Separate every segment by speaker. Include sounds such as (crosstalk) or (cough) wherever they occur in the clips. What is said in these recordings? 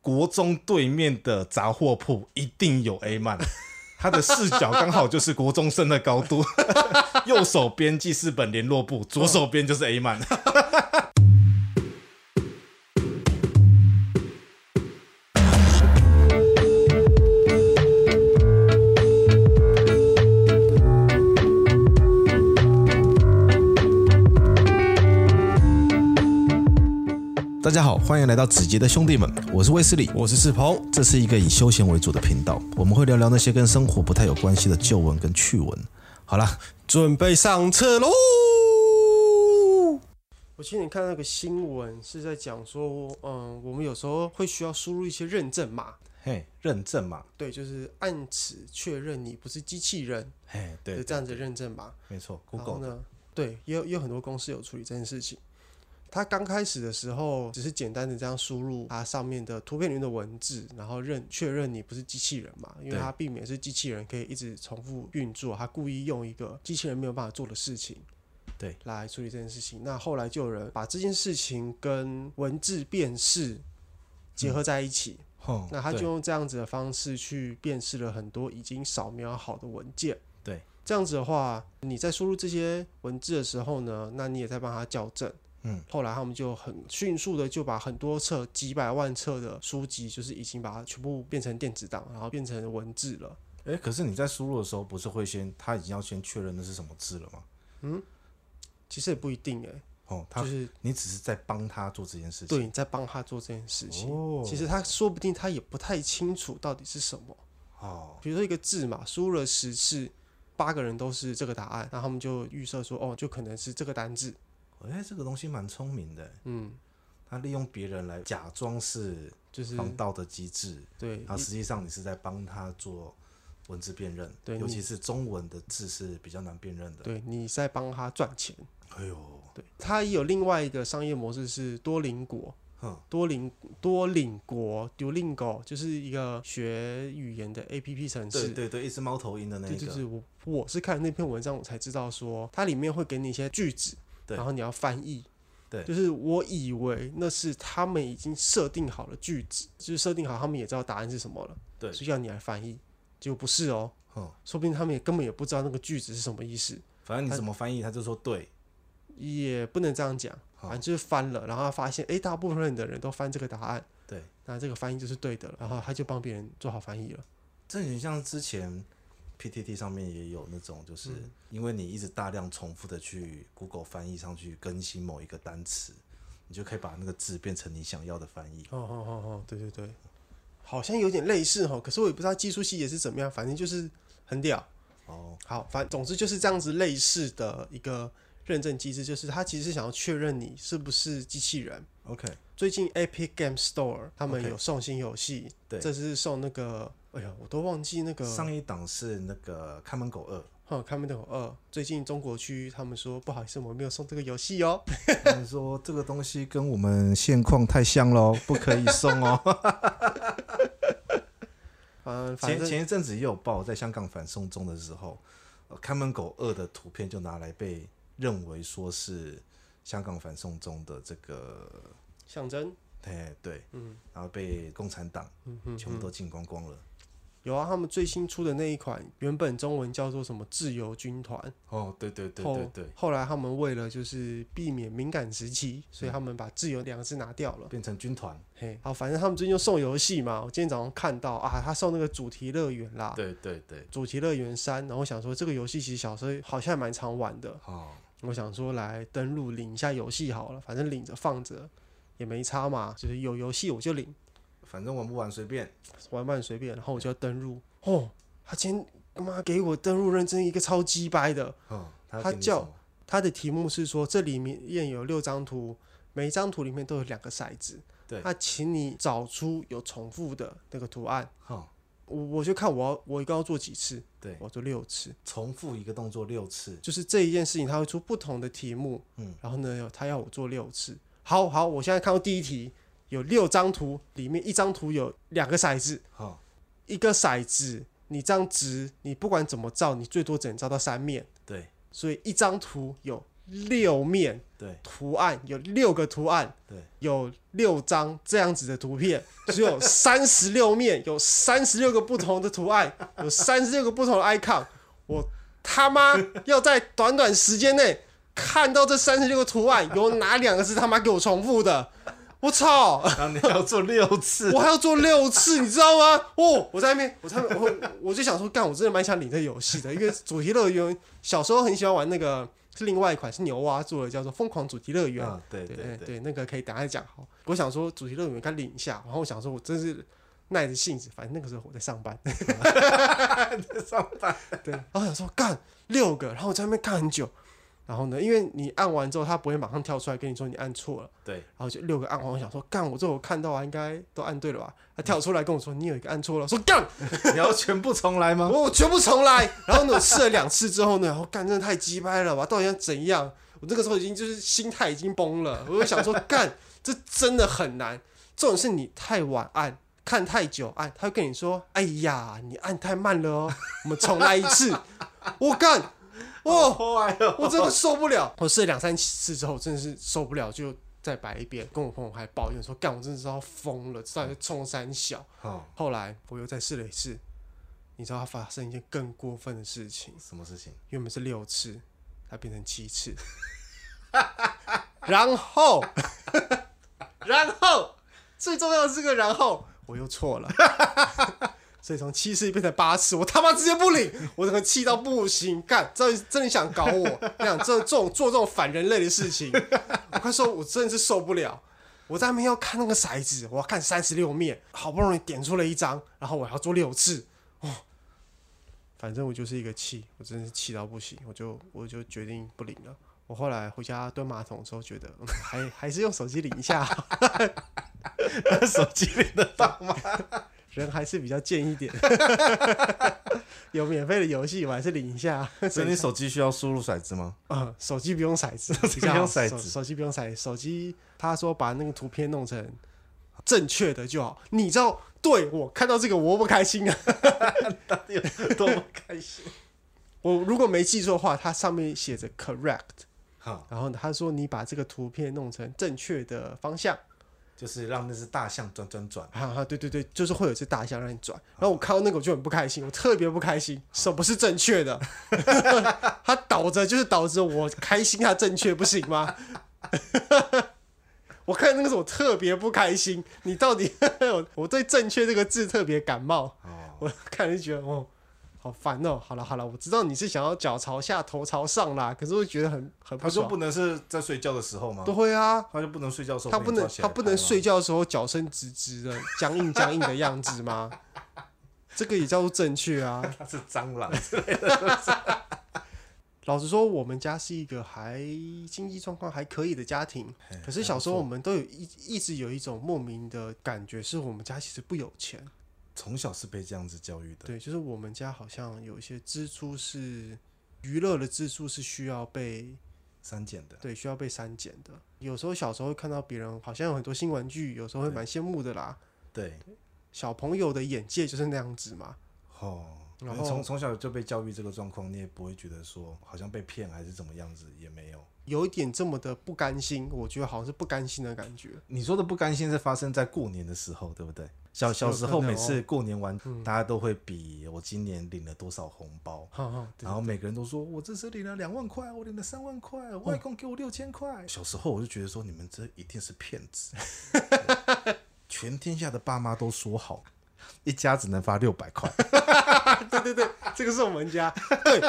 Speaker 1: 国中对面的杂货铺一定有 A 漫，他的视角刚好就是国中生的高度， (laughs) 右手边记事本联络簿，左手边就是 A 漫。
Speaker 2: 大家好，欢迎来到子杰的兄弟们，我是卫斯理，我是世鹏，这是一个以休闲为主的频道，我们会聊聊那些跟生活不太有关系的旧闻跟趣闻。好啦，
Speaker 3: 准备上车喽！我今天看那个新闻是在讲说，嗯，我们有时候会需要输入一些认证码，
Speaker 1: 嘿，认证嘛，
Speaker 3: 对，就是按此确认你不是机器人
Speaker 1: 嘿，
Speaker 3: 的
Speaker 1: 对，
Speaker 3: 这样子的认证码。
Speaker 1: 没错
Speaker 3: 然后
Speaker 1: ，Google
Speaker 3: 呢，对，也有也有很多公司有处理这件事情。它刚开始的时候只是简单的这样输入它上面的图片里面的文字，然后认确认你不是机器人嘛，因为
Speaker 1: 对
Speaker 3: 它避免是机器人可以一直重复运作，它故意用一个机器人没有办法做的事情。
Speaker 1: 对，
Speaker 3: 来处理这件事情。那后来就有人把这件事情跟文字辨识结合在一起，
Speaker 1: 哼，
Speaker 3: 那他就
Speaker 1: 嗯对
Speaker 3: 用这样子的方式去辨识了很多已经扫描好的文件。
Speaker 1: 对，
Speaker 3: 这样子的话，你在输入这些文字的时候呢，那你也在帮他校正。
Speaker 1: 嗯，
Speaker 3: 后来他们就很迅速的就把很多册几百万册的书籍，就是已经把它全部变成电子档，然后变成文字了。
Speaker 1: 哎，可是你在输入的时候，不是会先他已经要先确认那是什么字了吗？
Speaker 3: 其实也不一定诶、
Speaker 1: 哦，他
Speaker 3: 就是
Speaker 1: 你只是在帮他做这件事情。
Speaker 3: 对你在帮他做这件事情。
Speaker 1: 哦，
Speaker 3: 其实他说不定他也不太清楚到底是什么。
Speaker 1: 哦，
Speaker 3: 比如说一个字嘛，输入了十次，八个人都是这个答案，那他们就预设说，哦，就可能是这个单字。
Speaker 1: 哎，这个东西蛮聪明的，
Speaker 3: 嗯，
Speaker 1: 他利用别人来假装是
Speaker 3: 就是
Speaker 1: 防盗的机制，
Speaker 3: 对
Speaker 1: 然后实际上你是在帮他做文字辨认，
Speaker 3: 对
Speaker 1: 尤
Speaker 3: 你
Speaker 1: 其是中文的字是比较难辨认的。，
Speaker 3: 对，你在帮他赚钱。
Speaker 1: 哎呦，
Speaker 3: 对，他也有另外一个商业模式是多邻国。
Speaker 1: 哼，
Speaker 3: 多邻多邻国 Duolingo 就是一个学语言的 A P P 城
Speaker 1: 对
Speaker 3: 市，
Speaker 1: 对对，一只猫头鹰的那一
Speaker 3: 对
Speaker 1: 个，
Speaker 3: 对对，我我是看那篇文章我才知道说，它里面会给你一些句子，
Speaker 1: 对
Speaker 3: 然后你要翻译。
Speaker 1: 对
Speaker 3: 就是我以为那是他们已经设定好了句子，就是设定好他们也知道答案是什么了，
Speaker 1: 对
Speaker 3: 所以要你来翻译，结果不是哦，
Speaker 1: 哼，
Speaker 3: 说不定他们也根本也不知道那个句子是什么意思，
Speaker 1: 反正你
Speaker 3: 他
Speaker 1: 怎么翻译，他就说对，
Speaker 3: 也不能这样讲，
Speaker 1: 好
Speaker 3: 反正就是翻了，然后他发现，诶，大部分的人都翻这个答案，
Speaker 1: 对，
Speaker 3: 那这个翻译就是对的了，然后他就帮别人做好翻译了，
Speaker 1: 这很像之前 PTT 上面也有那种，就是
Speaker 3: 嗯
Speaker 1: 因为你一直大量重复的去 Google 翻译上去更新某一个单词，你就可以把那个字变成你想要的翻译。
Speaker 3: 哦哦哦哦，对对对，好像有点类似哈，可是我也不知道技术细节是怎么样，反正就是很屌。
Speaker 1: 哦，
Speaker 3: 好，反总之就是这样子类似的一个认证机制，就是它其实是想要确认你是不是机器人。
Speaker 1: OK，
Speaker 3: 最近 Epic Game Store 他们
Speaker 1: OK
Speaker 3: 有送新游戏
Speaker 1: 对
Speaker 3: 这次送那个，哎呀，我都忘记那个，
Speaker 1: 上一档是那个《看门狗二》
Speaker 3: 哼，看门哦的二。最近中国区他们说不好意思，我们没有送这个游戏
Speaker 1: (laughs)
Speaker 3: 哦。，
Speaker 1: 他们说这个东西跟我们现况太像喽，不可以送哦。
Speaker 3: 嗯， (laughs) 反
Speaker 1: 前
Speaker 3: 正
Speaker 1: 前一阵子也有报，在香港反送中的时候，呃《看门狗二》的图片就拿来被认为说是香港反送中的这个
Speaker 3: 象征，嗯
Speaker 1: 哎，对，嗯，然后被共产党，全部都进光光了。
Speaker 3: 有啊，他们最新出的那一款，原本中文叫做什么“自由军团”，
Speaker 1: 哦，对对对
Speaker 3: 后
Speaker 1: 对对，
Speaker 3: 后来他们为了就是避免敏感时期，
Speaker 1: 嗯
Speaker 3: 所以他们把“自由”两个字拿掉了。
Speaker 1: 变成军团，
Speaker 3: 嘿，好，反正他们最近又送游戏嘛，我今天早上看到啊，他送那个主题乐园啦，
Speaker 1: 对对对，
Speaker 3: 主题乐园三，然后我想说这个游戏其实小时候好像还蛮常玩的，
Speaker 1: 哦，
Speaker 3: 我想说来登录领一下游戏好了，反正领着放着也没差嘛，就是有游戏我就领，
Speaker 1: 反正玩不玩随便。
Speaker 3: 玩玩随便，然后我就要登录，哦，他今天他妈给我登录认真一个超鸡掰的，
Speaker 1: 哦，要
Speaker 3: 他
Speaker 1: 给你
Speaker 3: 叫
Speaker 1: 什么
Speaker 3: 它的题目是说，这里面有六张图，每一张图里面都有两个骰子。
Speaker 1: 对
Speaker 3: 那请你找出有重复的那个图案。
Speaker 1: 哦，
Speaker 3: 我我就看我要我一共要做几次，
Speaker 1: 对，
Speaker 3: 我做六次。
Speaker 1: 重复一个动作六次，
Speaker 3: 就是这一件事情，它会出不同的题目。
Speaker 1: 嗯，
Speaker 3: 然后呢，它要我做六次。好好，我现在看到第一题，有六张图，里面一张图有两个骰子，
Speaker 1: 哦，
Speaker 3: 一个骰子你这样直，你不管怎么照，你最多只能照到三面，
Speaker 1: 对，
Speaker 3: 所以一张图有六面。
Speaker 1: 对，
Speaker 3: 图案有六个图案，
Speaker 1: 对， (laughs)
Speaker 3: 有六张这样子的图片， (laughs) 只有三十六面，有三十六个不同的图案，有三十六个不同的 icon，我他妈要在短短时间内看到这三十六个图案，有哪两个是他妈给我重复的？我操！
Speaker 1: 然后你要做六次，
Speaker 3: 我还要做六次，你知道吗？哦，我在那边，我在那边，我我就想说，干，我真的蛮想领这游戏的，因为主题乐园小时候很喜欢玩那个，是另外一款是牛蛙做的，叫做《疯狂主题乐园》
Speaker 1: 啊，对
Speaker 3: 对
Speaker 1: 对 (laughs)
Speaker 3: 对，那个可以等下再讲好。我想说主题乐园该领一下，然后我想说我真是耐着性子，反正那个时候我在
Speaker 1: (laughs)
Speaker 3: 上班，在上班，对，然后我想说干六个，然后我在那边看很久，然后呢，因为你按完之后，它不会马上跳出来跟你说你按错了。
Speaker 1: 对，
Speaker 3: 然后就六个暗黄，我想说干，我这我看到啊，应该都按对了吧？他跳出来跟我说，你有一个按错了，我说干，
Speaker 1: (laughs) 你要全部重来 (laughs) 吗？
Speaker 3: 我哦我全部重来。然后呢，我试了两次之后呢， (laughs) 我干，真的太鸡掰了吧？到底要怎样？我那个时候已经就是心态已经崩了，我就想说干，这真的很难。这种是你太晚按，看太久按，他会跟你说，哎呀，你按太慢了哦，我们重来一次。我干，哦，
Speaker 1: 破坏了，
Speaker 3: 我真的受不了。我试了两三次之后，真的是受不了，就再摆一遍。跟我朋友还抱怨说：“干，我真的是要疯了，到底在冲三小。
Speaker 1: 好，”
Speaker 3: 后来我又再试了一次，你知道发生一件更过分的事情，
Speaker 1: 什么事情？
Speaker 3: 原本是六次，它变成七次， (laughs) 然后， (laughs) 然后最重要的是个然后，我又错了。 (laughs) 所以从七次变成八次，我他妈直接不领，我整个气到不行，干，真的真的想搞我，你想这这种做这种反人类的事情，我快说，我真的是受不了。我在那边要看那个骰子，我要看三十六面，好不容易点出了一张，然后我还要做六次，哦，反正我就是一个气，我真的是气到不行，我就我就决定不领了。我后来回家蹲马桶的时候，觉得、嗯还还是用手机领一下 (laughs) 好，
Speaker 1: (laughs) 手机里的
Speaker 3: 人还是比较贱一点。 (laughs) 有免费的游戏，我还是领一下。 (laughs)
Speaker 1: 所以你手机需要输入骰子吗？
Speaker 3: 嗯，手机不用骰子，
Speaker 1: 机不用骰子
Speaker 3: 比较好手手机不用骰，手机他说把那个图片弄成正确的就好。你知道，对我看到这个我不开心啊！
Speaker 1: 到底有多么开心？ (laughs)
Speaker 3: 我如果没记错的话，它上面写着 correct，
Speaker 1: 好，
Speaker 3: 然后他说你把这个图片弄成正确的方向。
Speaker 1: 就是让那只大象转转转。
Speaker 3: 啊啊，对对对，就是会有一只大象让你转，
Speaker 1: 啊
Speaker 3: 然后我看到那个我就很不开心，我特别不开心，手不是正确的， (laughs) 它倒着就是倒着，我开心它正确不行吗？ (laughs) 我看那个时候我特别不开心，你到底 (laughs) 我我对“正确”这个字特别感冒，
Speaker 1: 哦，
Speaker 3: 我看就觉得哦，好烦哦。好了好了，我知道你是想要脚朝下头朝上啦，可是我觉得很很
Speaker 1: 他
Speaker 3: 不
Speaker 1: 说
Speaker 3: 爽。
Speaker 1: 不能是在睡觉的时候吗？
Speaker 3: 都会啊，
Speaker 1: 他就不能睡觉的时候
Speaker 3: 他
Speaker 1: 被
Speaker 3: 不
Speaker 1: 你
Speaker 3: 能
Speaker 1: 抓起来
Speaker 3: 他不能
Speaker 1: 拍吗
Speaker 3: 睡觉的时候脚伸直直的、僵硬僵硬的样子吗？ (laughs) 这个也叫做正确啊。
Speaker 1: 他是蟑螂，
Speaker 3: 老实说，我们家是一个还经济状况还可以的家庭， (laughs) 可是小时候
Speaker 1: (laughs) 哎
Speaker 3: 我们都有一一直有一种莫名的感觉，是我们家其实不有钱。
Speaker 1: 从小是被这样子教育的。
Speaker 3: 对，就是我们家好像有一些支出是娱乐的支出是需要被
Speaker 1: 删减的，
Speaker 3: 对需要被删减的。有时候小时候会看到别人好像有很多新玩具，有时候会蛮羡慕的啦。
Speaker 1: 对，
Speaker 3: 小朋友的眼界就是那样子嘛。
Speaker 1: 哦，
Speaker 3: 然
Speaker 1: 你
Speaker 3: 后
Speaker 1: 从从小就被教育这个状况，你也不会觉得说好像被骗还是怎么样子，也没有。
Speaker 3: 有一点这么的不甘心，我觉得好像是不甘心的感觉。
Speaker 1: 你说的不甘心是发生在过年的时候，对不对？小小时候
Speaker 3: 有可能
Speaker 1: 每
Speaker 3: 哦嗯
Speaker 1: 次过年完，大家都会比我今年领了多少红包，
Speaker 3: 哈哈，对
Speaker 1: 然后每个人都说我这次领了两万块，我领了三万块，我外公给我六千块。哦小时候我就觉得说你们这一定是骗 (laughs) 子，全天下的爸妈都说好，一家只能发六百 (laughs) 块，
Speaker 3: 对对对， (laughs) 这个是我们家。对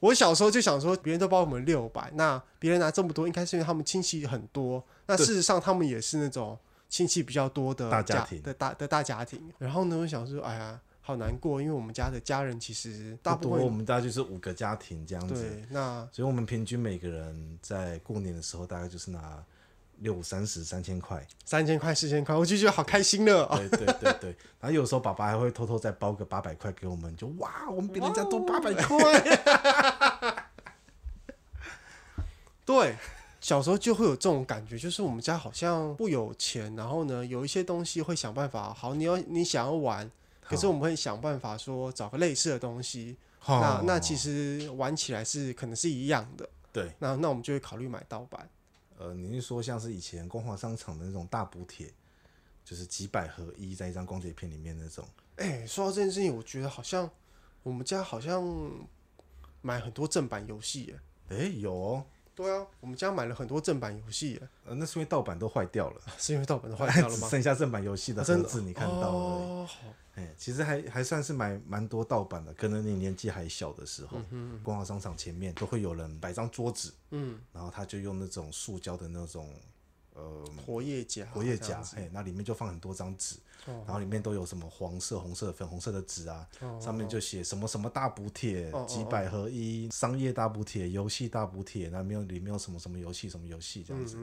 Speaker 3: 我小时候就想说，别人都包我们六百，那别人拿这么多，应该是因为他们亲戚很多。那事实上，他们也是那种亲戚比较多的
Speaker 1: 大家庭
Speaker 3: 的大的大家庭。然后呢，我想说，哎呀，好难过，因为我们家的家人其实大
Speaker 1: 不
Speaker 3: 部
Speaker 1: 多我
Speaker 3: 分
Speaker 1: 们大概就是五个家庭这样子。
Speaker 3: 对那。
Speaker 1: 所以我们平均每个人在过年的时候，大概就是拿六五三十三千块。
Speaker 3: 三千块、四千块，我就觉得好开心了。
Speaker 1: (laughs) 对对对对，然后有时候爸爸还会偷偷再包个八百块给我们，就哇，我们比人家多八百块。
Speaker 3: (laughs) 对，小时候就会有这种感觉，就是我们家好像不有钱，然后呢，有一些东西会想办法。好，你要你想要玩，可是我们会想办法说找个类似的东西。那那其
Speaker 1: 实
Speaker 3: 实玩起来是可能是一样的。
Speaker 1: 对，
Speaker 3: 那那我们就会考虑买盗版。
Speaker 1: 呃，你是说像是以前光华商场的那种大补贴，就是几百合一在一张光碟片里面那种，
Speaker 3: 哎、说到这件事情，我觉得好像我们家好像买很多正版游戏耶。
Speaker 1: 哎、有哦，
Speaker 3: 对啊，我们家买了很多正版游戏耶，
Speaker 1: 呃，那是因为盗版都坏掉了，
Speaker 3: (laughs) 是因为盗版的坏掉了
Speaker 1: 只
Speaker 3: 吗？
Speaker 1: 剩下正版游戏的
Speaker 3: 啊真
Speaker 1: 盒
Speaker 3: 的
Speaker 1: 子你看到了而已。
Speaker 3: 哦，好
Speaker 1: 哎、其实还还算是买蛮多盗版的，可能你年纪还小的时候，
Speaker 3: 嗯
Speaker 1: 逛到商场前面都会有人摆张桌子，嗯，然后他就用那种塑胶的那种呃
Speaker 3: 活页夹，
Speaker 1: 活页
Speaker 3: 这
Speaker 1: 夹
Speaker 3: 样，子
Speaker 1: 哎、那里面就放很多张纸，
Speaker 3: 哦
Speaker 1: 然后里面都有什么黄色、红色、粉红色的纸啊，
Speaker 3: 哦
Speaker 1: 上面就写什么什么大补贴、
Speaker 3: 哦哦
Speaker 1: 几百合一、商业大补贴、游戏大补贴，那没有里面有什么什么游戏、什么游戏
Speaker 3: 嗯
Speaker 1: 这样子。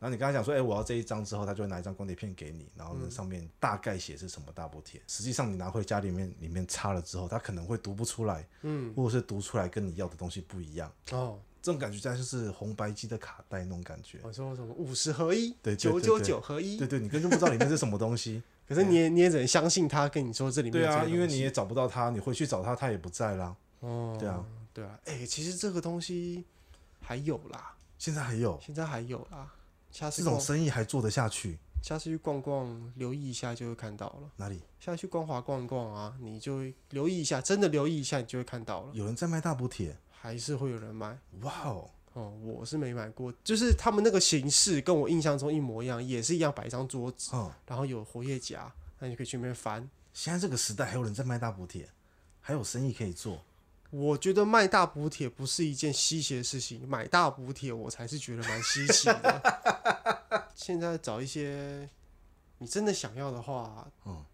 Speaker 1: 然后你跟他讲说，哎、我要这一张之后，他就会拿一张光碟片给你，然后呢
Speaker 3: 嗯
Speaker 1: 上面大概写是什么大补贴。实际上你拿回家里面里面擦了之后，他可能会读不出来，嗯，或者是读出来跟你要的东西不一样。
Speaker 3: 哦，
Speaker 1: 这种感觉，像就是红白机的卡带那种感觉。
Speaker 3: 我说什么五十合一，
Speaker 1: 对对
Speaker 3: 九
Speaker 1: 对
Speaker 3: 九
Speaker 1: 对
Speaker 3: 九合一
Speaker 1: 对，对，你根本不知道里面是什么东西。
Speaker 3: 可是你也你也只能相信他跟你说这里
Speaker 1: 对
Speaker 3: 面有这
Speaker 1: 啊，
Speaker 3: 个
Speaker 1: 因为
Speaker 3: 东
Speaker 1: 你
Speaker 3: 西
Speaker 1: 也找不到他，你回去找他，他也不在啦。
Speaker 3: 哦，
Speaker 1: 对啊，
Speaker 3: 对啊，哎、其实这个东西还有啦，
Speaker 1: 现在还有
Speaker 3: 现在还有啦，下次
Speaker 1: 这种
Speaker 3: 逛
Speaker 1: 生意还做得下去？
Speaker 3: 下次去逛逛，留意一下就会看到了。
Speaker 1: 哪里
Speaker 3: 下次去光华逛逛啊，你就会留意一下，真的留意一下，你就会看到了，
Speaker 1: 有人在卖大补贴？
Speaker 3: 还是会有人买。
Speaker 1: 哇哦，
Speaker 3: 哦，我是没买过，就是他们那个形式跟我印象中一模一样，也是一样摆一张桌子，
Speaker 1: 嗯，
Speaker 3: 然后有活页夹，那你就可以去那边翻。
Speaker 1: 现在这个时代还有人在卖大补贴，还有生意可以做。
Speaker 3: 我觉得卖大补贴不是一件稀奇的事情，买大补贴我才是觉得蛮稀奇的。 (laughs) 现在找一些你真的想要的话，
Speaker 1: 嗯，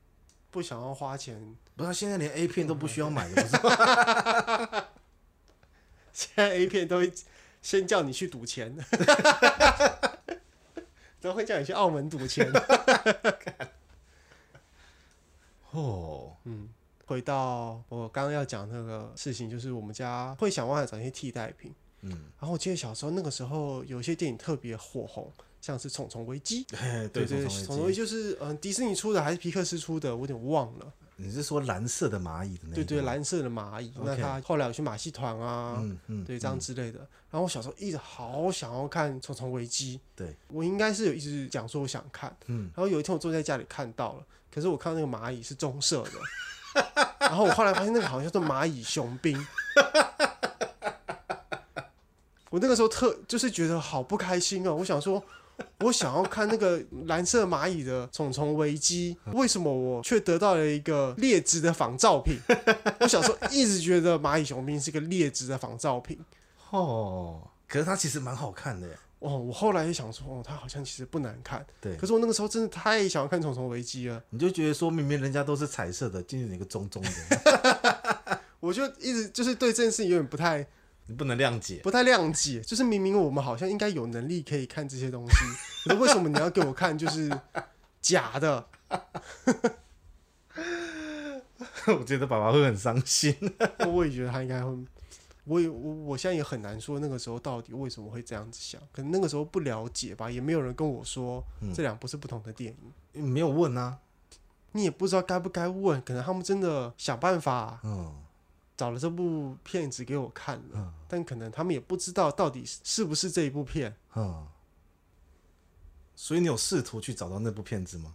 Speaker 3: 不想要花钱，
Speaker 1: 不是，现在连 A 片都不需要买了，
Speaker 3: (laughs)
Speaker 1: 不是？
Speaker 3: 现在 A 片都会先叫你去赌钱， (laughs) 都会叫你去澳门赌钱。
Speaker 1: 哦，
Speaker 3: 嗯，回到我刚刚要讲那个事情，就是我们家会想办法找一些替代品。
Speaker 1: 嗯，
Speaker 3: 然后我记得小时候那个时候，有一些电影特别火红，像是《虫虫危机》。
Speaker 1: 嘿
Speaker 3: 对
Speaker 1: 对对，
Speaker 3: 《
Speaker 1: 虫
Speaker 3: 虫
Speaker 1: 虫
Speaker 3: 虫
Speaker 1: 危
Speaker 3: 危
Speaker 1: 机
Speaker 3: 机》就是嗯，迪士尼出的还是皮克斯出的，我有点忘了。
Speaker 1: 你是说蓝色的蚂蚁的那一
Speaker 3: 对
Speaker 1: 个
Speaker 3: 对，
Speaker 1: 吗，
Speaker 3: 蓝色的蚂蚁。那
Speaker 1: OK
Speaker 3: 他后来有去马戏团啊，
Speaker 1: 嗯嗯，
Speaker 3: 对这样
Speaker 1: 嗯
Speaker 3: 之类的。然后我小时候一直好想要看《虫虫危机》，
Speaker 1: 对，
Speaker 3: 我应该是有一直讲说我想看，
Speaker 1: 嗯
Speaker 3: 然后有一天我坐在家里看到了，可是我看到那个蚂蚁是棕色的， (laughs) 然后我后来发现那个好像叫做蚂蚁雄兵，我那个时候特就是觉得好不开心哦，我想说。我想要看那个蓝色蚂蚁的《虫虫危机》，为什么我却得到了一个劣质的仿造品？我小时候一直觉得蚂蚁雄兵是个劣质的仿造品，
Speaker 1: 哦，可是它其实蛮好看的耶。
Speaker 3: 哦，我后来也想说，哦，它好像其实不难看，
Speaker 1: 对
Speaker 3: 可，是我那个时候真的太想要看《虫虫危机》了，
Speaker 1: 你就觉得说明明人家都是彩色的，进入一个棕棕
Speaker 3: (laughs)
Speaker 1: 的，
Speaker 3: 我就一直就是对这件事情有点不太
Speaker 1: 你不能谅解。 (laughs)
Speaker 3: 不太谅解，就是明明我们好像应该有能力可以看这些东西，可是为什么你要给我看就是 (laughs) 假的？
Speaker 1: 我觉得爸爸会很伤心。
Speaker 3: 我也觉得他应该会，我也我我现在也很难说那个时候到底为什么会这样子想，可能那个时候不了解吧，也没有人跟我说这两部是不同的电影。
Speaker 1: 没有问啊，
Speaker 3: 你也不知道该不该问，可能他们真的想办法
Speaker 1: 嗯，
Speaker 3: 找了这部片子给我看了，但可能他们也不知道到底是是不是这一部片。
Speaker 1: 嗯，所以你有试图去找到那部片子吗？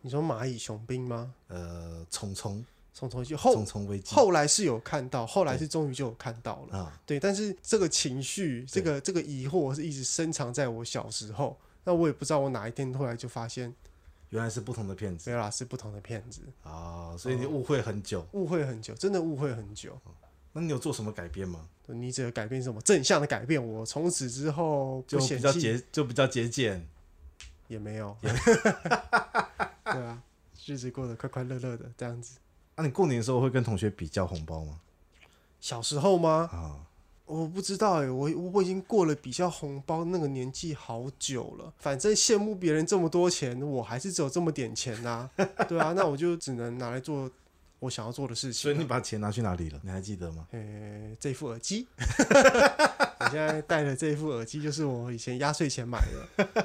Speaker 3: 你说蚂蚁雄兵吗？
Speaker 1: 呃，虫虫
Speaker 3: 从头就后
Speaker 1: 虫虫危机
Speaker 3: 后来是有看到，后来是终于就有看到了。
Speaker 1: 啊，
Speaker 3: 对，但是这个情绪，这个这个疑惑是一直深藏在我小时候。那我也不知道我哪一天后来就发现，
Speaker 1: 嗯原来是不同的片子
Speaker 3: 没有啦，是不同的片子，
Speaker 1: 啊，所以你误会很久。
Speaker 3: 误会很久，真的误会很久。
Speaker 1: 嗯那你有做什么改变吗？
Speaker 3: 你只有改变什么正向的改变，我从此之后
Speaker 1: 就
Speaker 3: 不
Speaker 1: 比
Speaker 3: 嫌
Speaker 1: 较
Speaker 3: 弃
Speaker 1: 节，就比较节俭。
Speaker 3: 也没有， (laughs) 对啊，日子过得快快乐乐的这样子。
Speaker 1: 那、你过年的时候会跟同学比较红包吗？
Speaker 3: 小时候吗？
Speaker 1: 啊，
Speaker 3: 我不知道哎、我我已经过了比较红包那个年纪好久了。反正羡慕别人这么多钱，我还是只有这么点钱
Speaker 1: (laughs)
Speaker 3: 呐、对啊，那我就只能拿来做我想要做的事
Speaker 1: 所以
Speaker 3: 情
Speaker 1: 你
Speaker 3: 啊。
Speaker 1: 把钱拿去哪里了？你还记得吗？
Speaker 3: 呃、这副耳机， (laughs) 我现在戴的这副耳机就是我以前压岁钱买的。
Speaker 1: (laughs)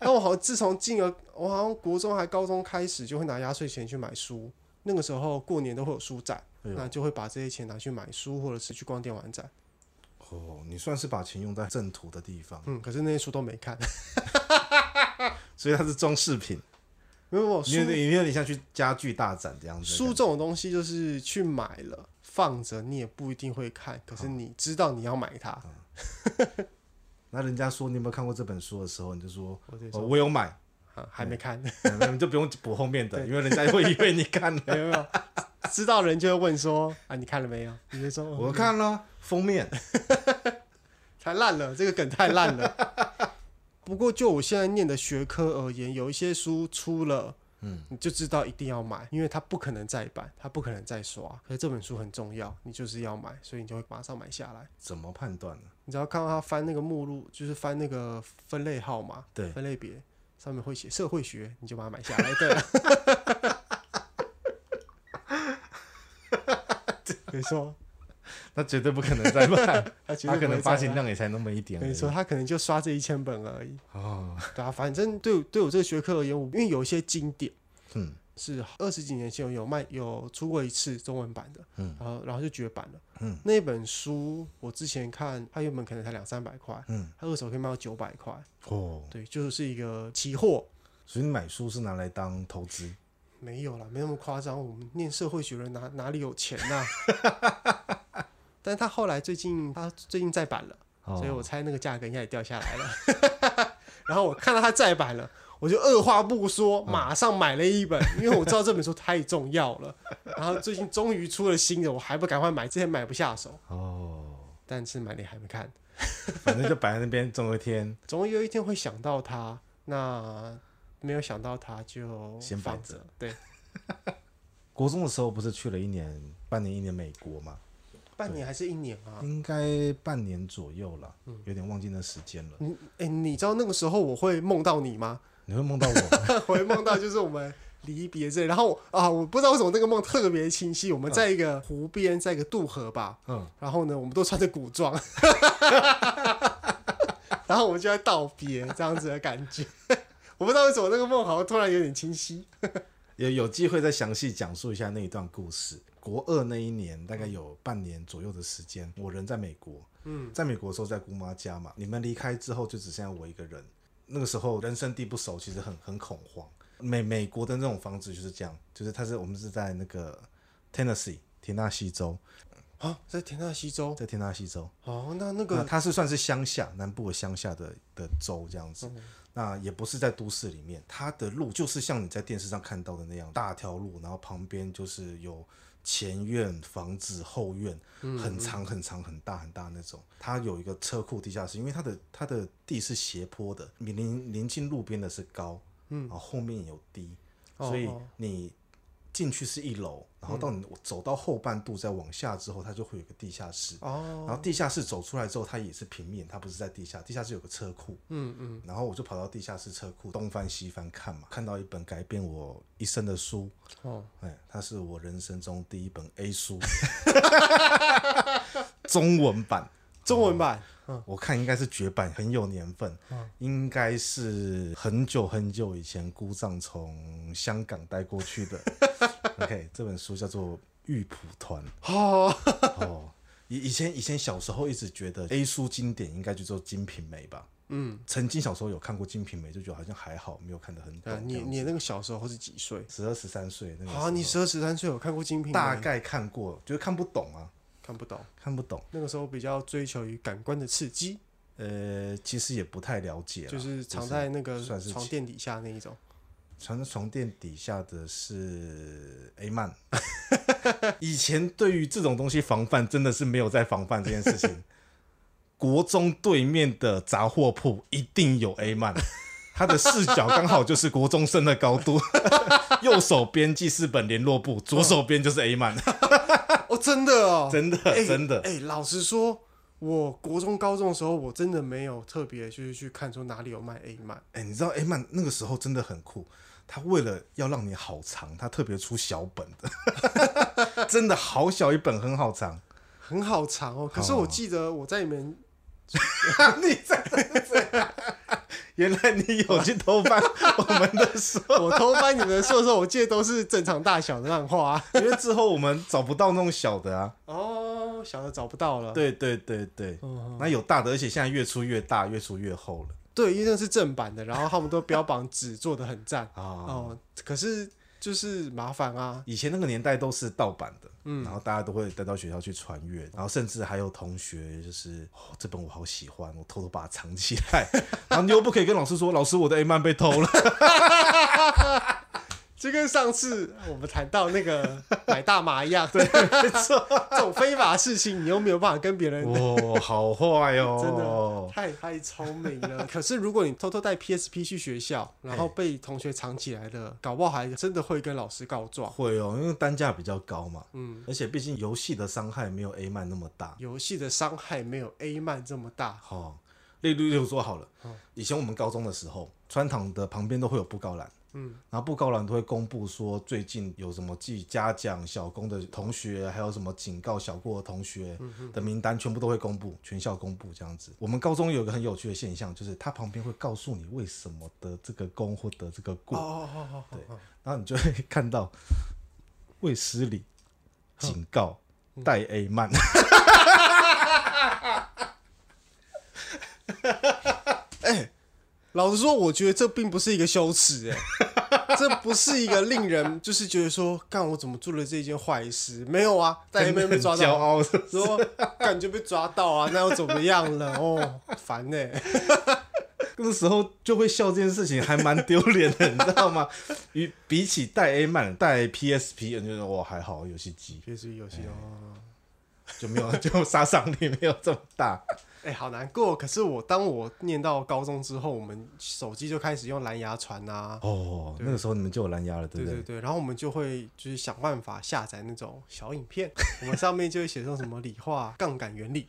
Speaker 3: 那我好像自从进了，我好像国中还高中开始就会拿压岁钱去买书。那个时候过年都会有书展，
Speaker 1: 哎呦
Speaker 3: 那就会把这些钱拿去买书，或者是去逛电玩展。
Speaker 1: 哦，你算是把钱用在正途的地方，
Speaker 3: 嗯，可是那些书都没看， (laughs)
Speaker 1: 所以它是装饰品。
Speaker 3: 没有没有
Speaker 1: 你有
Speaker 3: 哦书
Speaker 1: 点你有点像去家具大展这样子的
Speaker 3: 书
Speaker 1: 感觉。
Speaker 3: 这种东西就是去买了放着，你也不一定会看，可是你知道你要买它，
Speaker 1: 嗯那人家说你有没有看过这本书的时候，你就说
Speaker 3: 我就
Speaker 1: 哦
Speaker 3: 说
Speaker 1: 我有买，
Speaker 3: 啊还
Speaker 1: (laughs)
Speaker 3: 没看，
Speaker 1: 嗯你就不用补后面的，因为人家会以为你看了。
Speaker 3: 没有没有，知道人就会问说啊你看了没有？你就说哦
Speaker 1: (laughs) 我看了封面，
Speaker 3: 太烂了，这个梗太烂了。 (laughs) 不过就我现在念的学科而言，有一些书出了，嗯，你就知道一定要买，因为它不可能再版，它不可能再刷。可是这本书很重要，你就是要买，所以你就会马上买下来。
Speaker 1: 怎么判断呢？
Speaker 3: 你只要看到他翻那个目录，就是翻那个分类号码，
Speaker 1: 对
Speaker 3: 分类别上面会写社会学，你就把它买下来。对了，
Speaker 1: (laughs)
Speaker 3: 没错，
Speaker 1: 那绝对不可能再卖，
Speaker 3: 他绝
Speaker 1: 他可
Speaker 3: 对不
Speaker 1: 能
Speaker 3: 会
Speaker 1: 发
Speaker 3: 再
Speaker 1: 行
Speaker 3: 买
Speaker 1: 量也才那么一点而已。
Speaker 3: 没错，他可能就刷这一千本而已。
Speaker 1: 哦，
Speaker 3: 对啊，反正对我对我这个学科而言，我因为有一些经典
Speaker 1: 嗯，
Speaker 3: 是二十几年前有卖有出过一次中文版的，
Speaker 1: 嗯，
Speaker 3: 然后然后就绝版了，
Speaker 1: 嗯，
Speaker 3: 那本书我之前看，它原本可能才两三百块，
Speaker 1: 嗯，
Speaker 3: 它二手可以卖到九百块，
Speaker 1: 哦，
Speaker 3: 对，就是一个期货，
Speaker 1: 所以你买书是拿来当投资，
Speaker 3: 没有啦，没那么夸张，我们念社会学人哪哪里有钱呐、 (laughs) 但是他后来最近他最近再版了，哦
Speaker 1: 哦
Speaker 3: 所以我猜那个价格应该也掉下来了。 (laughs) 然后我看到他再版了，我就二话不说，
Speaker 1: 嗯
Speaker 3: 马上买了一本，因为我知道这本书太重要了。然后最近终于出了新的，我还不赶快买，之前买不下手，
Speaker 1: 哦，
Speaker 3: 但是买了也还没看。
Speaker 1: 反正就摆在那边，总有一天
Speaker 3: 总有一天会想到它，那没有想到它就
Speaker 1: 先摆
Speaker 3: 放
Speaker 1: 着
Speaker 3: 着。对，
Speaker 1: 国中的时候不是去了一年、半年、一年美国嘛？
Speaker 3: 半年还是一年啊？
Speaker 1: 应该半年左右了，
Speaker 3: 嗯
Speaker 1: 有点忘记那时间了。
Speaker 3: 你哎、你知道那个时候我会梦到你吗？
Speaker 1: 你会梦到我，
Speaker 3: 我会梦到就是我们离别这里，然后啊，我不知道为什么那个梦特别清晰。我们在一个湖边，在一个渡河吧，
Speaker 1: 嗯，
Speaker 3: 然后呢，我们都穿着古装， (laughs) 然后我们就在道别这样子的感觉。 (laughs) 我不知道为什么那个梦好像突然有点清晰。
Speaker 1: 有有机会再详细讲述一下那一段故事。国二那一年，大概有半年左右的时间，我人在美国，嗯，在美国的时候在姑妈家嘛，你们离开之后就只剩下我一个人。那个时候人生地不熟，其实很很恐慌。美美国的那种房子就是这样，就是它是我们是在那个 Tennessee 田纳西州，
Speaker 3: 啊，在田纳西州
Speaker 1: 在田纳西州，
Speaker 3: 哦，那那
Speaker 1: 那
Speaker 3: 个
Speaker 1: 它是算是乡下南部的乡下的的州这样
Speaker 3: 嗯
Speaker 1: 子，那也不是在都市里面，它的路就是像你在电视上看到的那样大条路，然后旁边就是有前院、房子、后院，
Speaker 3: 嗯
Speaker 1: 很长很长很大很大那种。它有一个车库地下室，因为它的它的地是斜坡的，你临临近路边的是高，嗯，然后后面也有低，
Speaker 3: 哦
Speaker 1: 所以
Speaker 3: 哦嗯
Speaker 1: 你进去是一楼，然后到你走到后半度再往下之后，它就会有一个地下室。
Speaker 3: 哦，
Speaker 1: 然后地下室走出来之后，它也是平面，它不是在地下，地下室有个车库。
Speaker 3: 嗯嗯，
Speaker 1: 然后我就跑到地下室车库东翻西翻看嘛，看到一本改变我一生的书，
Speaker 3: 哦，
Speaker 1: 哎，它是我人生中第一本 A 书， (laughs) 中文版，
Speaker 3: 中文版
Speaker 1: 我看应该是绝版，很有年份，应该是很久很久以前姑丈从香港带过去的。OK，这本书叫做《玉蒲团》。
Speaker 3: 哦，
Speaker 1: 哦，以以前以前小时候一直觉得 A 书经典应该就做《金瓶梅》吧。嗯，曾经小时候有看过《金瓶梅》，就觉得好像还好，没有看得很
Speaker 3: 对啊
Speaker 1: 懂。
Speaker 3: 你你那个小时候是几岁？
Speaker 1: 十二十三岁那个时候，
Speaker 3: 啊，你十二十三岁有看过《金瓶梅》
Speaker 1: 大？概看过，就是看不懂啊，
Speaker 3: 看不懂。
Speaker 1: 看不懂。
Speaker 3: 那个时候比较追求于感官的刺激，
Speaker 1: 呃，其实也不太了解啦，
Speaker 3: 就是藏在那个
Speaker 1: 算是
Speaker 3: 床垫底下那一种。
Speaker 1: 床床垫底下的是 A 曼。 (laughs) 以前对于这种东西防范真的是没有在防范这件事情。 (laughs) 国中对面的杂货铺一定有 A 曼，他的视角刚好就是国中生的高度， (laughs) 右手边记事本联络簿，左手边就是 A 曼，
Speaker 3: (laughs) 哦，真的哦，
Speaker 1: 真的
Speaker 3: 哎
Speaker 1: 真的
Speaker 3: 哎、老实说，我国中、高中的时候，我真的没有特别就是去看说哪里有卖 A 漫，
Speaker 1: 哎、你知道 A 曼那个时候真的很酷，他为了要让你好藏，他特别出小本的， (laughs) 真的好小一本，很好藏。
Speaker 3: 很好藏哦。可是我记得我在你们， (laughs)
Speaker 1: (laughs) 你在原来你有去偷翻我们的书，
Speaker 3: 我偷翻你们的书的时候，我记得都是正常大小的漫画、
Speaker 1: 因为之后我们找不到那种小的啊。
Speaker 3: 哦，哦，小的找不到了。，
Speaker 1: 对对对对，
Speaker 3: 嗯，嗯
Speaker 1: 那有大的，而且现在越出越大，越出越厚了。
Speaker 3: 对，因为那是正版的，然后他们都标榜纸做的很赞
Speaker 1: 啊。
Speaker 3: 哦，可是就是麻烦啊。
Speaker 1: 以前那个年代都是盗版的，然后大家都会带到学校去传阅，然后甚至还有同学就是、哦、这本我好喜欢，我偷偷把它藏起来， (laughs) 然后你又不可以跟老师说，老师我的 A 漫被偷了，
Speaker 3: 就跟上次我们谈到那个买大麻一 (laughs) 样，对，
Speaker 1: (laughs)
Speaker 3: 这种非法事情你又没有办法跟别人，
Speaker 1: 哦，好坏
Speaker 3: 真的
Speaker 1: 哦，
Speaker 3: 太太聪明了。 (laughs) 可是如果你偷偷带 PSP 去学校，然后被同学藏起来了，搞不好还真的会跟老师告状。
Speaker 1: 会哦，因为单价比较高嘛，
Speaker 3: 嗯，
Speaker 1: 而且毕竟游戏的伤害没有 A 漫那么大，
Speaker 3: 游戏的伤害没有 A 漫这么大，
Speaker 1: 哦，例如例如说好了，以前我们高中的时候，穿堂的旁边都会有布告栏，嗯，然后布告栏都会公布说最近有什么记嘉奖小工的同学，还有什么警告小过的同学的名单，全部都会公布，全校公布这样子。我们高中有一个很有趣的现象，就是它旁边会告诉你为什么得这个功或得这个过，
Speaker 3: 哦哦哦，
Speaker 1: 对，然后你就会看到未失礼警告带 A 慢，
Speaker 3: 老实说，我觉得这并不是一个羞耻，哎， (laughs) 这不是一个令人就是觉得说，干我怎么做了这件坏事？没有啊，但也没有被抓
Speaker 1: 很骄
Speaker 3: 到，
Speaker 1: 傲是不是
Speaker 3: 说感觉被抓到啊，那又怎么样了？哦，烦呢、
Speaker 1: (laughs) 那时候就会笑这件事情，还蛮丢脸的， (laughs) 你知道吗？与比起带 A 漫、带 PSP，你就说我还好，游戏机
Speaker 3: 确实游戏哦，
Speaker 1: 就没有， (laughs) 就杀伤力没有这么大。
Speaker 3: 哎、好难过。可是我当我念到高中之后，我们手机就开始用蓝牙传啊，
Speaker 1: 哦，那个时候你们就有蓝牙了，对
Speaker 3: 对
Speaker 1: 不
Speaker 3: 对
Speaker 1: 对？
Speaker 3: 对，然后我们就会就是想办法下载那种小影片，我们上面就会写上什么理化杠杆原理，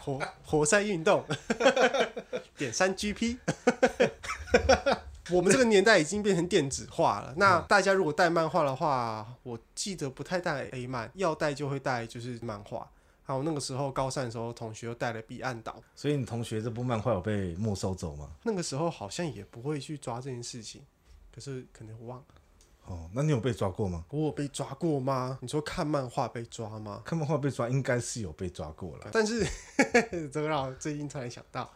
Speaker 3: 活活塞运动，点三 GP。我们这个年代已经变成电子化了。那大家如果带漫画的话，我记得不太带 A 漫，要带就会带就是漫画。还有那个时候高三的时候，同学又带了《彼岸岛》，
Speaker 1: 所以你同学这部漫画有被没收走吗？
Speaker 3: 那个时候好像也不会去抓这件事情，可是可能我忘了。
Speaker 1: 哦，那你有被抓过吗？
Speaker 3: 我有被抓过吗？你说看漫画被抓吗？
Speaker 1: 看漫画被抓，应该是有被抓过了。
Speaker 3: 但是 (laughs) 这个让我最近突然想到，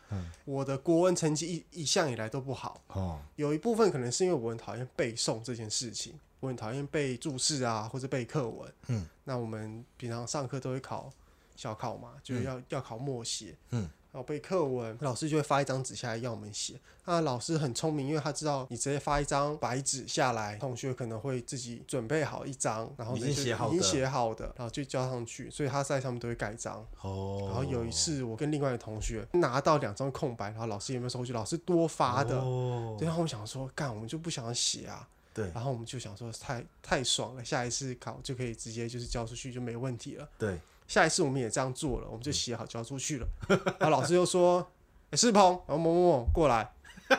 Speaker 3: 我的国文成绩一一向以来都不好，
Speaker 1: 哦，
Speaker 3: 有一部分可能是因为我很讨厌背诵这件事情，我很讨厌背注释啊，或者背课文。
Speaker 1: 嗯，
Speaker 3: 那我们平常上课都会考小考嘛，就是要、要考默写。
Speaker 1: 嗯，
Speaker 3: 然后背课文，老师就会发一张纸下来要我们写。那老师很聪明，因为他知道你直接发一张白纸下来，同学可能会自己准备好一张，然后
Speaker 1: 已
Speaker 3: 呢
Speaker 1: 经
Speaker 3: 就
Speaker 1: 写好
Speaker 3: 已经
Speaker 1: 的
Speaker 3: 写好的，然后就交上去，所以他在上面都会盖章。
Speaker 1: 哦，
Speaker 3: 然后有一次，我跟另外一个同学拿到两张空白，然后老师也没有收去，老师多发的。
Speaker 1: 哦，
Speaker 3: 对，然后我们想说，干，我们就不想写啊。
Speaker 1: 对
Speaker 3: 然后我们就想说太，太爽了，下一次考就可以直接就是交出去就没问题了。
Speaker 1: 对， (laughs)
Speaker 3: 下一次我们也这样做了，我们
Speaker 1: 嗯
Speaker 3: 就写好交出去了。 (laughs) 然后老师又说：“欸世鹏，然后某某某过来。”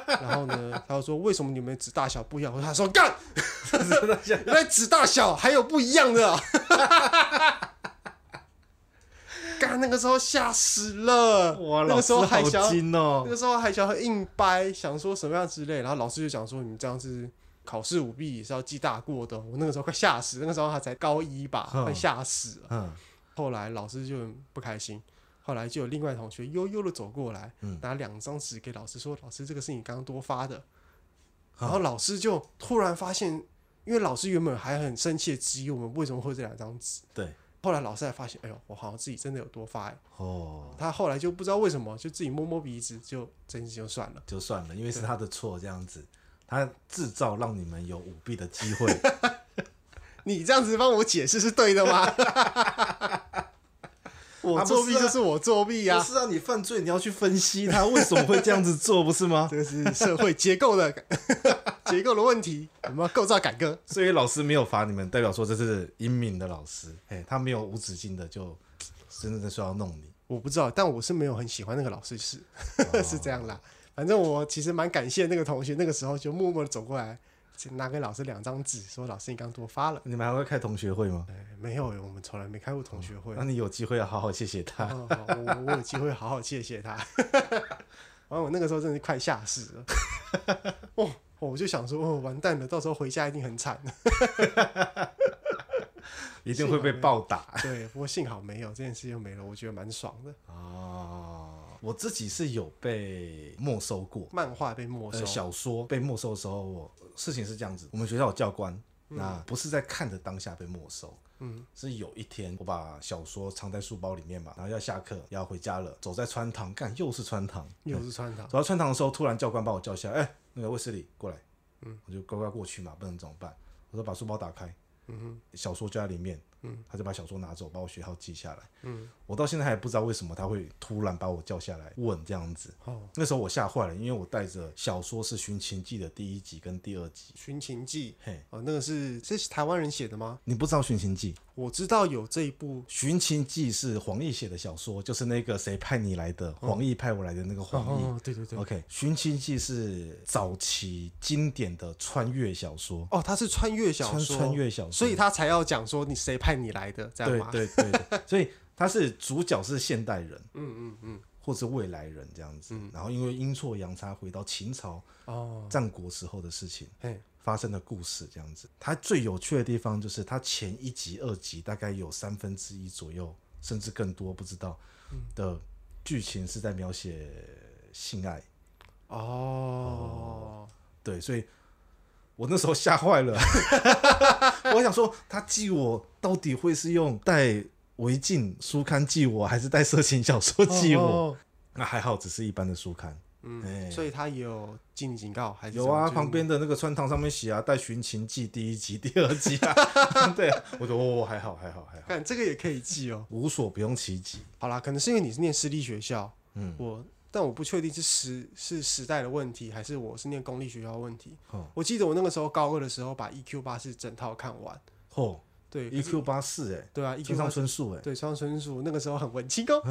Speaker 3: 然后呢，他又说：“为什么你们纸大小不一样？”我说：“他说干，原来纸大小还有不一样的、啊。” (laughs) 干，那个时候吓死了。
Speaker 1: 哇，
Speaker 3: 那
Speaker 1: 老
Speaker 3: 个时
Speaker 1: 师
Speaker 3: 候
Speaker 1: 好
Speaker 3: 还想要
Speaker 1: 精
Speaker 3: 那
Speaker 1: 哦，
Speaker 3: 个时候还想很硬掰，想说什么样之类，然后老师就讲说你们这样是考试舞弊也是要记大过的哦。我那个时候快吓死，那个时候他才高一吧，
Speaker 1: 嗯
Speaker 3: 快吓死了。
Speaker 1: 嗯，
Speaker 3: 后来老师就很不开心，后来就有另外同学悠悠的走过来，
Speaker 1: 嗯
Speaker 3: 拿两张纸给老师说：“老师，这个是你刚刚多发的。”
Speaker 1: 啊
Speaker 3: 然后老师就突然发现，因为老师原本还很生气的质疑我们为什么会有这两张纸，
Speaker 1: 对，
Speaker 3: 后来老师才发现，哎呦，我好像自己真的有多发、欸。
Speaker 1: 哦，
Speaker 3: 他后来就不知道为什么，就自己摸摸鼻子，就这件事就算了。
Speaker 1: 就算了，因为是他的错，这样子，他制造让你们有舞弊的机会。
Speaker 3: 你这样子帮我解释是对的吗？ (laughs) 我作弊就是啊我作弊 (laughs) 呀、
Speaker 1: 不是让你犯罪，你要去分析他为什么会这样子做，不是吗？ (laughs)
Speaker 3: 这个是社会结构的 (laughs) 结构的问题，我们要构造改革。
Speaker 1: 所以老师没有罚你们，代表说这是英明的老师，哎，他没有无止境的就真的在说要弄你。
Speaker 3: 我不知道，但我是没有很喜欢那个老师是、 (laughs) 是这样啦。反正我其实蛮感谢那个同学，那个时候就默默的走过来，拿给老师两张纸，说：“老师，你刚多发了。
Speaker 1: 你们还会开同学会吗？
Speaker 3: 哎”没有耶，我们从来没开过同学会。
Speaker 1: 那你有机会要好好谢谢他。
Speaker 3: 哦，好我我有机会好好谢谢他。 (laughs) 然后我那个时候真的是快吓死了， (laughs)
Speaker 1: (laughs)
Speaker 3: 哦，我就想说，哦，完蛋了，到时候回家一定很惨。
Speaker 1: 一定会被暴打。
Speaker 3: 对，不过幸好没有这件事就没了，我觉得蛮爽的。
Speaker 1: 哦，我自己是有被没收过，
Speaker 3: 漫画被没收，
Speaker 1: 呃，小说被没收的时候，我事情是这样子，我们学校有教官，
Speaker 3: 嗯
Speaker 1: 那不是在看的当下被没收。嗯，是有一天我把小说藏在书包里面嘛，然后要下课要回家了，走在穿堂，干又是穿堂，
Speaker 3: 又是穿堂，
Speaker 1: 走到穿堂的时候，突然教官把我叫下来，哎、那个卫斯理过来，嗯，我就乖乖过去嘛，不能怎么办？我说把书包打开，嗯小说就在里面，嗯，他就把小说拿走，把我学号记下来，嗯，我到现在还不知道为什么他会突然把我叫下来问这样子，
Speaker 3: 哦，
Speaker 1: 那时候我吓坏了，因为我带着小说是《寻秦记》的第一集跟第二集，
Speaker 3: 《寻秦记》
Speaker 1: 嘿，
Speaker 3: 哦，那个是这是台湾人写的吗？
Speaker 1: 你不知道《寻秦记》？
Speaker 3: 我知道有这一部
Speaker 1: 《寻秦记》是黄奕写的小说，就是那个谁派你来的，黄奕派我来的那个黄奕，
Speaker 3: 哦，对对对，
Speaker 1: OK，《寻秦记》是早期经典的穿越小说，
Speaker 3: 哦，他是穿越小
Speaker 1: 穿
Speaker 3: 说，
Speaker 1: 穿越小说，
Speaker 3: 所以他才要讲说你谁派你来的这样
Speaker 1: 对
Speaker 3: 吗？
Speaker 1: 对对对所以他是主角是现代人，嗯嗯嗯，或是未来人这样子。
Speaker 3: 嗯
Speaker 1: 然后因为阴错阳差回到秦朝
Speaker 3: 哦，
Speaker 1: 战国时候的事情
Speaker 3: 嘿，
Speaker 1: 发生的故事这样子。它最有趣的地方就是它前一集、二集大概有三分之一左右，甚至更多不知道
Speaker 3: 嗯
Speaker 1: 的剧情是在描写性爱。
Speaker 3: 哦，
Speaker 1: 对，所以我那时候吓坏了， (laughs) 我想说他寄我到底会是用带违禁书刊寄我，还是带色情小说寄我？
Speaker 3: 哦，
Speaker 1: 那还好，只是一般的书刊。哎
Speaker 3: 嗯，所以他也有进警告还是
Speaker 1: 有
Speaker 3: 什么
Speaker 1: 啊，
Speaker 3: 就是
Speaker 1: 旁边的那个穿堂上面写啊，带《寻秦记》第一集、第二集啊。 (laughs) 对啊，我说哦，还好，还好，还好，
Speaker 3: 看这个也可以记哦。
Speaker 1: 无所不用其极。
Speaker 3: (laughs) 好啦，可能是因为你是念私立学校，嗯，我但我不确定是时是时代的问题，还是我是念公立学校的问题。
Speaker 1: 哦
Speaker 3: 我记得我那个时候高二的时候把 EQ 八是整套看完，
Speaker 1: 嚯
Speaker 3: 对可是
Speaker 1: ，EQ 八四哎，
Speaker 3: 对啊
Speaker 1: 村
Speaker 3: ，EQ
Speaker 1: 上
Speaker 3: 八
Speaker 1: 春树哎，
Speaker 3: 对，双春树那个时候很文青 (laughs) 哦，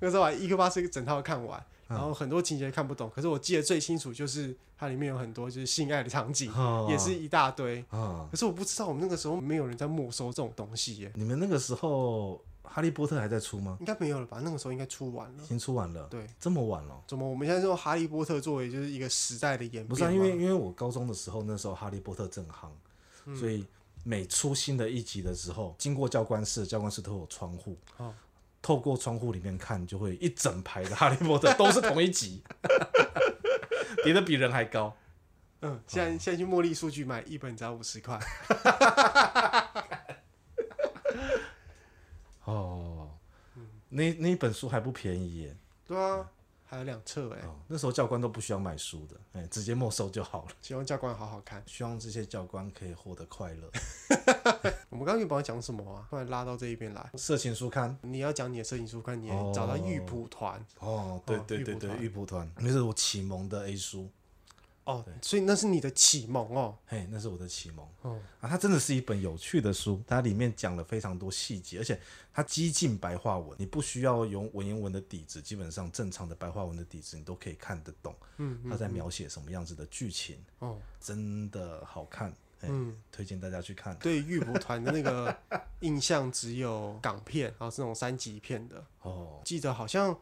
Speaker 3: 那个时候把 EQ 八是整套看完，然后很多情节看不懂，可是我记得最清楚就是它里面有很多就是性爱的场景，
Speaker 1: 哦
Speaker 3: 也是一大堆。
Speaker 1: 啊。
Speaker 3: 可是我不知道我们那个时候没有人在没收这种东西耶，
Speaker 1: 你们那个时候《哈利波特》还在出吗？
Speaker 3: 应该没有了吧？那个时候应该出完了
Speaker 1: 已。经出完了，
Speaker 3: 嗯对，
Speaker 1: 这么晚了。
Speaker 3: 怎么我们现在用《哈利波特》作为就是一个时代的演变吗？
Speaker 1: 不是、啊、因为因为我高中的时候，那时候《哈利波特》正夯，所以每出新的一集的时候，经过教官室，教官室都有窗户，
Speaker 3: 哦
Speaker 1: 透过窗户里面看，就会一整排的《哈利波特》都是同一集，叠的比人还高。
Speaker 3: 嗯，现在现在去茉莉数据买一本只要五十块，
Speaker 1: 哦，那那一本书还不便宜耶、
Speaker 3: 对啊，还有两册哎，
Speaker 1: 哦，那时候教官都不需要买书的，哎、直接没收就好了。
Speaker 3: 希望教官好好
Speaker 1: (laughs)
Speaker 3: 看。
Speaker 1: 希望这些教官可以获得快乐。
Speaker 3: 我们刚刚原本要讲什么啊？突然拉到这一边来。
Speaker 1: 色情书刊。
Speaker 3: 你要讲你的摄影书看，你
Speaker 1: 哦
Speaker 3: 找到玉蒲团
Speaker 1: 哦，对
Speaker 3: 哦
Speaker 1: 对
Speaker 3: 玉
Speaker 1: 对
Speaker 3: 蒲
Speaker 1: 对，
Speaker 3: 团
Speaker 1: 玉蒲团，那是我启蒙的 A 书。
Speaker 3: 哦，所以那是你的启蒙哦。
Speaker 1: 嘿，那是我的启蒙。
Speaker 3: 哦
Speaker 1: 啊，它真的是一本有趣的书，它里面讲了非常多细节，而且它激进白话文，你不需要用文言文的底子，基本上正常的白话文的底子你都可以看得懂。嗯，它在描写什么样子的剧情，
Speaker 3: 哦，
Speaker 1: 真的好看。哎
Speaker 3: 嗯，
Speaker 1: 推荐大家去看。
Speaker 3: 对玉蒲团的那个印象只有港片，然后是那种三级片的。
Speaker 1: 哦，
Speaker 3: 记得好像，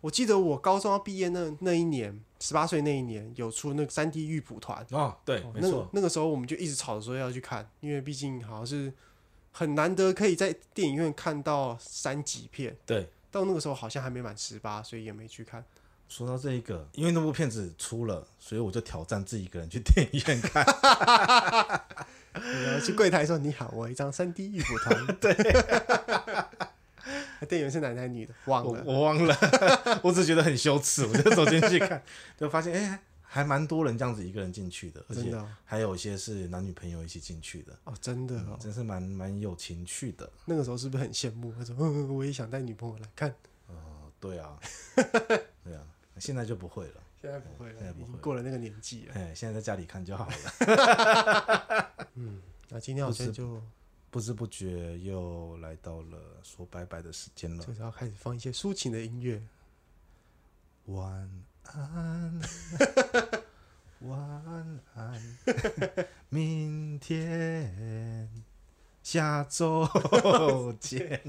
Speaker 3: 我记得我高中要毕业那那一年，十八岁那一年有出那个三 D 玉蒲团。
Speaker 1: 哦，对，
Speaker 3: 哦
Speaker 1: 没
Speaker 3: 那个
Speaker 1: 错。
Speaker 3: 那个时候我们就一直吵着说要去看，因为毕竟好像是很难得可以在电影院看到三级片。
Speaker 1: 对，
Speaker 3: 到那个时候好像还没满十八，所以也没去
Speaker 1: (laughs)
Speaker 3: 看。
Speaker 1: 说到这一个，因为那部片子出了，所以我就挑战自己一个人去电影院看。
Speaker 3: 然后去柜台说：“你好，我有一张三 D 玉骨团。” (laughs) 对，店员是男的还是女的？忘
Speaker 1: 我
Speaker 3: 了。
Speaker 1: 我忘了， (laughs) 我只觉得很羞耻，我就走进去看， (laughs) 就发现哎、还蛮多人这样子一个人进去的，而
Speaker 3: 真
Speaker 1: 且
Speaker 3: 的哦
Speaker 1: 还有一些是男女朋友一起进去的，
Speaker 3: 哦，真的哦，
Speaker 1: 真是蛮蛮有情趣的。
Speaker 3: 那个时候是不是很羡慕？他说：“嗯，我也想带女朋友来看。
Speaker 1: 哦，对
Speaker 3: (laughs)
Speaker 1: 啊，对啊，现在就不会了，”
Speaker 3: 现在不会
Speaker 1: 现在
Speaker 3: 了，
Speaker 1: 不
Speaker 3: 已
Speaker 1: 会
Speaker 3: 经过了那个年纪
Speaker 1: (laughs)
Speaker 3: 了。
Speaker 1: 哎、现在在家里看就好了。
Speaker 3: 那今天好像就
Speaker 1: 不知不觉又来到了说拜拜的时间了
Speaker 3: 就，是要开始放一些抒情的音乐。
Speaker 1: 晚 (laughs) 安，晚安，明天，下周见。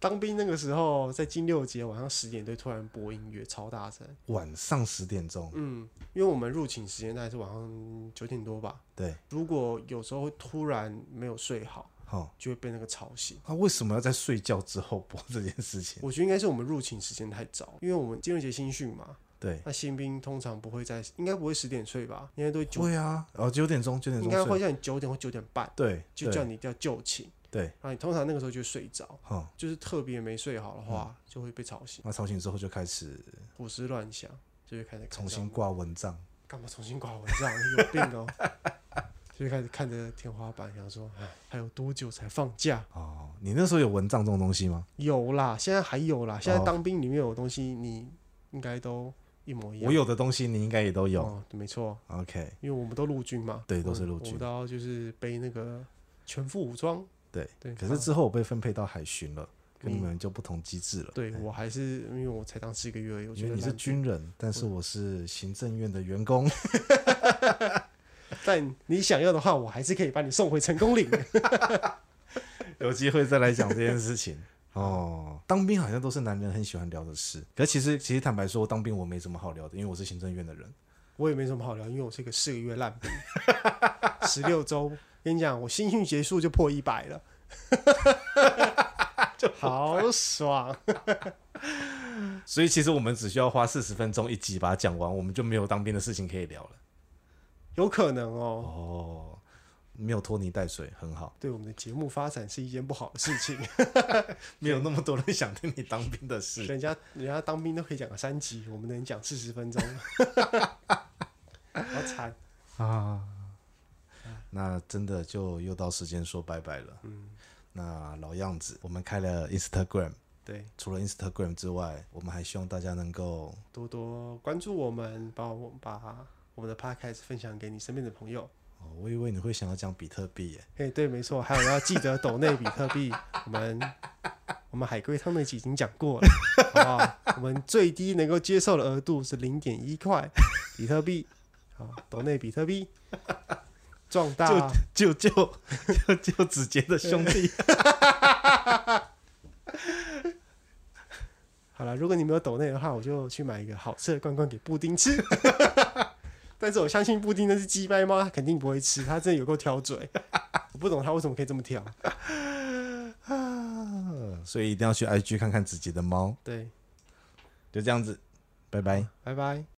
Speaker 3: 当兵那个时候，在金六节晚上十点对突然播音乐，超大声。
Speaker 1: 晚上十点钟，
Speaker 3: 嗯，因为我们入寝时间大概是晚上九点多吧。
Speaker 1: 对，
Speaker 3: 如果有时候会突然没有睡好，
Speaker 1: 好、
Speaker 3: 就会被那个吵醒。
Speaker 1: 他啊为什么要在睡觉之后播这件事情？
Speaker 3: 我觉得应该是我们入寝时间太早，因为我们金六节新训嘛，
Speaker 1: (laughs) 对，
Speaker 3: 那新兵通常不会在，应该不会十点睡吧？应该都会九，
Speaker 1: 对啊，哦，九点钟，九点钟
Speaker 3: 应该
Speaker 1: 睡，
Speaker 3: 会叫你九点或九点半，
Speaker 1: 对，
Speaker 3: 就叫
Speaker 1: 对
Speaker 3: 你一定要就寝。
Speaker 1: 对，
Speaker 3: 然后你通常那个时候就睡着，
Speaker 1: 好、
Speaker 3: 就是特别没睡好的
Speaker 1: 嗯
Speaker 3: 话，就会被吵醒，
Speaker 1: 那吵醒之后就开始
Speaker 3: 胡思乱想，就会开始看
Speaker 1: 重新
Speaker 3: 上
Speaker 1: 挂蚊帐，
Speaker 3: 干嘛重新挂蚊帐？你有病哦！ (laughs) 就会开始看着天花板，想说，哎，还有多久才放假？
Speaker 1: 哦，你那时候有蚊帐这种东西吗？
Speaker 3: 有啦，现在还有啦。现在
Speaker 1: 哦
Speaker 3: 当兵里面有东西，你应该都一模一样。
Speaker 1: 我有的东西你应该也都有、
Speaker 3: 哦，没错，
Speaker 1: o k
Speaker 3: 因为我们都陆军嘛，
Speaker 1: 对都是
Speaker 3: 我们
Speaker 1: 陆军
Speaker 3: 我们都要就是背那个全副武装。
Speaker 1: 对
Speaker 3: 对，
Speaker 1: 可是之后我被分配到海巡了，跟你
Speaker 3: 嗯
Speaker 1: 们就不同机制了。
Speaker 3: 对我还是因为我才当四个月而已，我
Speaker 1: 因
Speaker 3: 觉
Speaker 1: 为
Speaker 3: 得
Speaker 1: 你是
Speaker 3: 懒
Speaker 1: 军人，但是我是行政院的员 (laughs) 工。
Speaker 3: 但你想要的话，我还是可以把你送回成功岭。
Speaker 1: 有机会再来讲这件事 (laughs) 情。哦，当兵好像都是男人很喜欢聊的事，可是其实其实坦白说，当兵我没什么好聊的，因为我是行政院的人。
Speaker 3: 我也没什么好聊，因为我是一个四个月烂兵， (laughs) 十六周。跟你讲，我新训结束就破一百了， (laughs) 就好爽。
Speaker 1: 所以其实我们只需要花四十分钟一集把它讲完，我们就没有当兵的事情可以聊了。
Speaker 3: 有可能哦，
Speaker 1: 哦，没有拖泥带水，很好，
Speaker 3: 对我们的节目发展是一件不好的事情。
Speaker 1: 没有那么多人想听你当兵的事。
Speaker 3: 人家人家当兵都可以讲个三集，我们能讲四十分钟， (laughs) 好惨。
Speaker 1: 啊那真的就又到时间说拜拜了。嗯，那老样子，我们开了 Instagram，
Speaker 3: 对，
Speaker 1: 除了 Instagram 之外，我们还希望大家能够
Speaker 3: 多多关注我们，把我把我们的 podcast 分享给你身边的朋友。
Speaker 1: 哦，我以为你会想要讲比特币耶。
Speaker 3: 哎，对，没错，还有要记得抖内比特币，我们我们海龟汤那集已经讲过了，好不好？我们最低能够接受的额度是零点一块比特币，好，抖内比特币，壮大
Speaker 1: 就就就就子杰的兄弟，
Speaker 3: 好了，如果你没有抖内的话，我就去买一个好吃的罐罐给布丁吃。 (laughs) 但是我相信布丁那是鸡掰猫，他肯定不会吃，他真的有够挑嘴。我不懂他为什么可以这么挑。
Speaker 1: 嗯所以一定要去 IG 看看子杰的猫，
Speaker 3: 对，
Speaker 1: 就这样子，拜拜。
Speaker 3: 拜拜。